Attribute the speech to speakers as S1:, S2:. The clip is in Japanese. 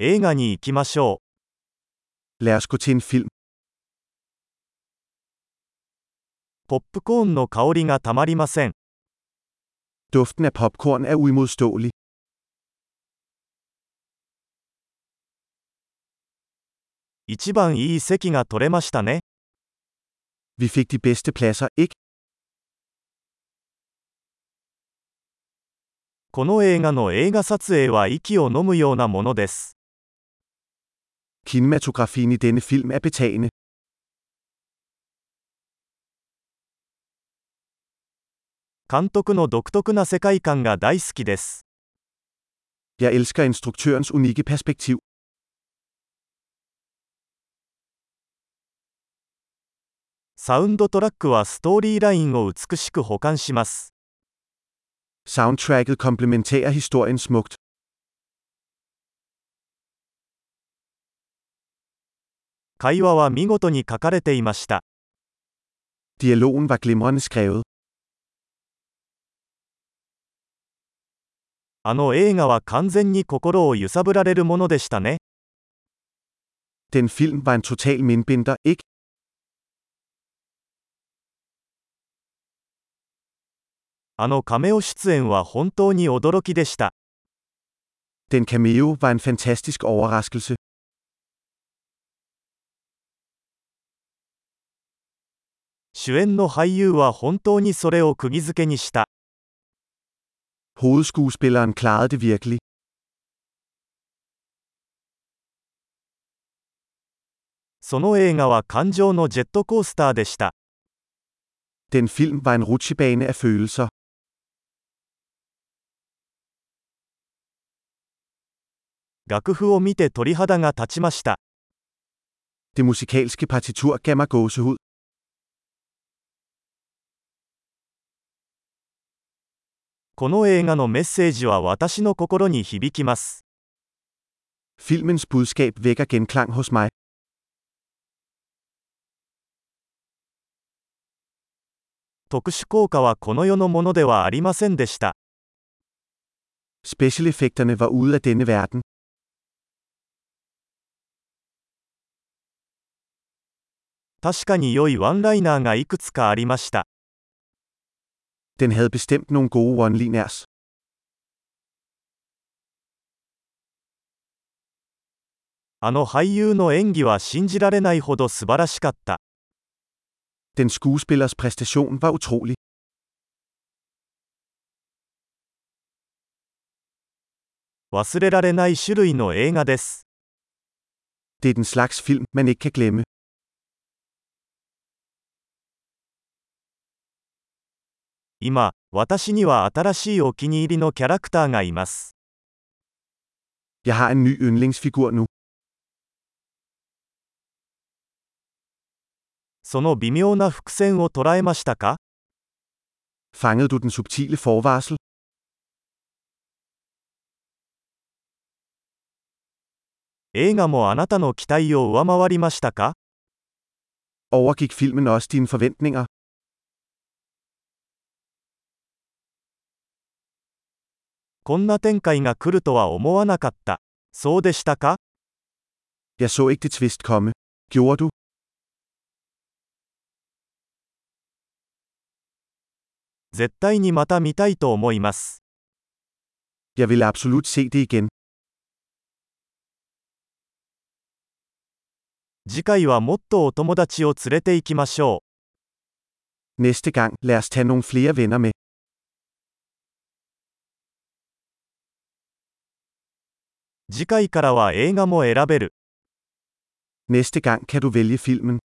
S1: 映画に行きましょ
S2: Lad os gå til en film.
S1: う。ポップコーンの香りがたまりません。
S2: Duften af popcorn er uimodståelig.
S1: 一番いい席が取れましたね。
S2: Vi fik de bedste pladser, ikke?
S1: この映画の映画撮影は息を飲むようなものです。
S2: Kinematografien i denne film er betagende.
S1: 監督の独特な世界観が大好きです。
S2: Jeg elsker instruktørens unikke perspektiv.
S1: サウンドトラックはストーリーラインを美しく保管します。
S2: Soundtracket komplementerer historien smukt.
S1: 会話は見事に書かれていました。
S2: Dialogen var glimrende skrevet.
S1: あの映画は完全に心を揺さぶられるものでしたね。
S2: Den film var en total mindbinder, ikke?
S1: あのカメオ出演は本当に驚きでした。
S2: Den cameo var en fantastisk overraskelse.
S1: 主演の俳優は本当にそれを釘付けにした。
S2: Hovedskuespilleren klarede det virkelig.
S1: その映画は感情のジェットコースターでした。
S2: Den film var en rutsjebane af følelser.
S1: 楽譜を見て鳥肌が立ちました。
S2: Det musikalske partitur gav mig gåsehud.
S1: この映画のメッセージは私の心に響きます。
S2: Filmens budskab vækker genklang hos mig.
S1: 特殊効果はこの世のものではありませんでした。
S2: Specialeffekterne var ude af denne verden.
S1: 確かに良いワンライナーがいくつかありました。
S2: Den havde bestemt nogle gode one-liners.
S1: あの俳優の演技は信じられないほど素晴らしかった。
S2: Den skuespillers præstation var utrolig.
S1: 忘れられない種類の映画です。
S2: Det er den slags film, man ikke kan glemme.
S1: 今、私には新しいお気に入りのキャラクターがいます。
S2: Jeg har en ny yndlingsfigur nu.
S1: その微妙な伏線を捉えましたか
S2: Fangede du den subtile forvarsel?
S1: 映画もあなたの期待を上回りましたか
S2: Overgik filmen også dine forventninger?
S1: こんな展開が来るとは思わなかった。そうでしたか
S2: Jeg så ikke det twist komme. Gjorde du?
S1: 絶対にまた見たいと思います。
S2: Jeg vil absolut se det igen.
S1: 次回はもっとお友達を連れて行きましょう。
S2: Næste gang, lad os tage nogle flere venner med.
S1: 次回からは映画も選べる。
S2: Næste gang kan du vælge filmen.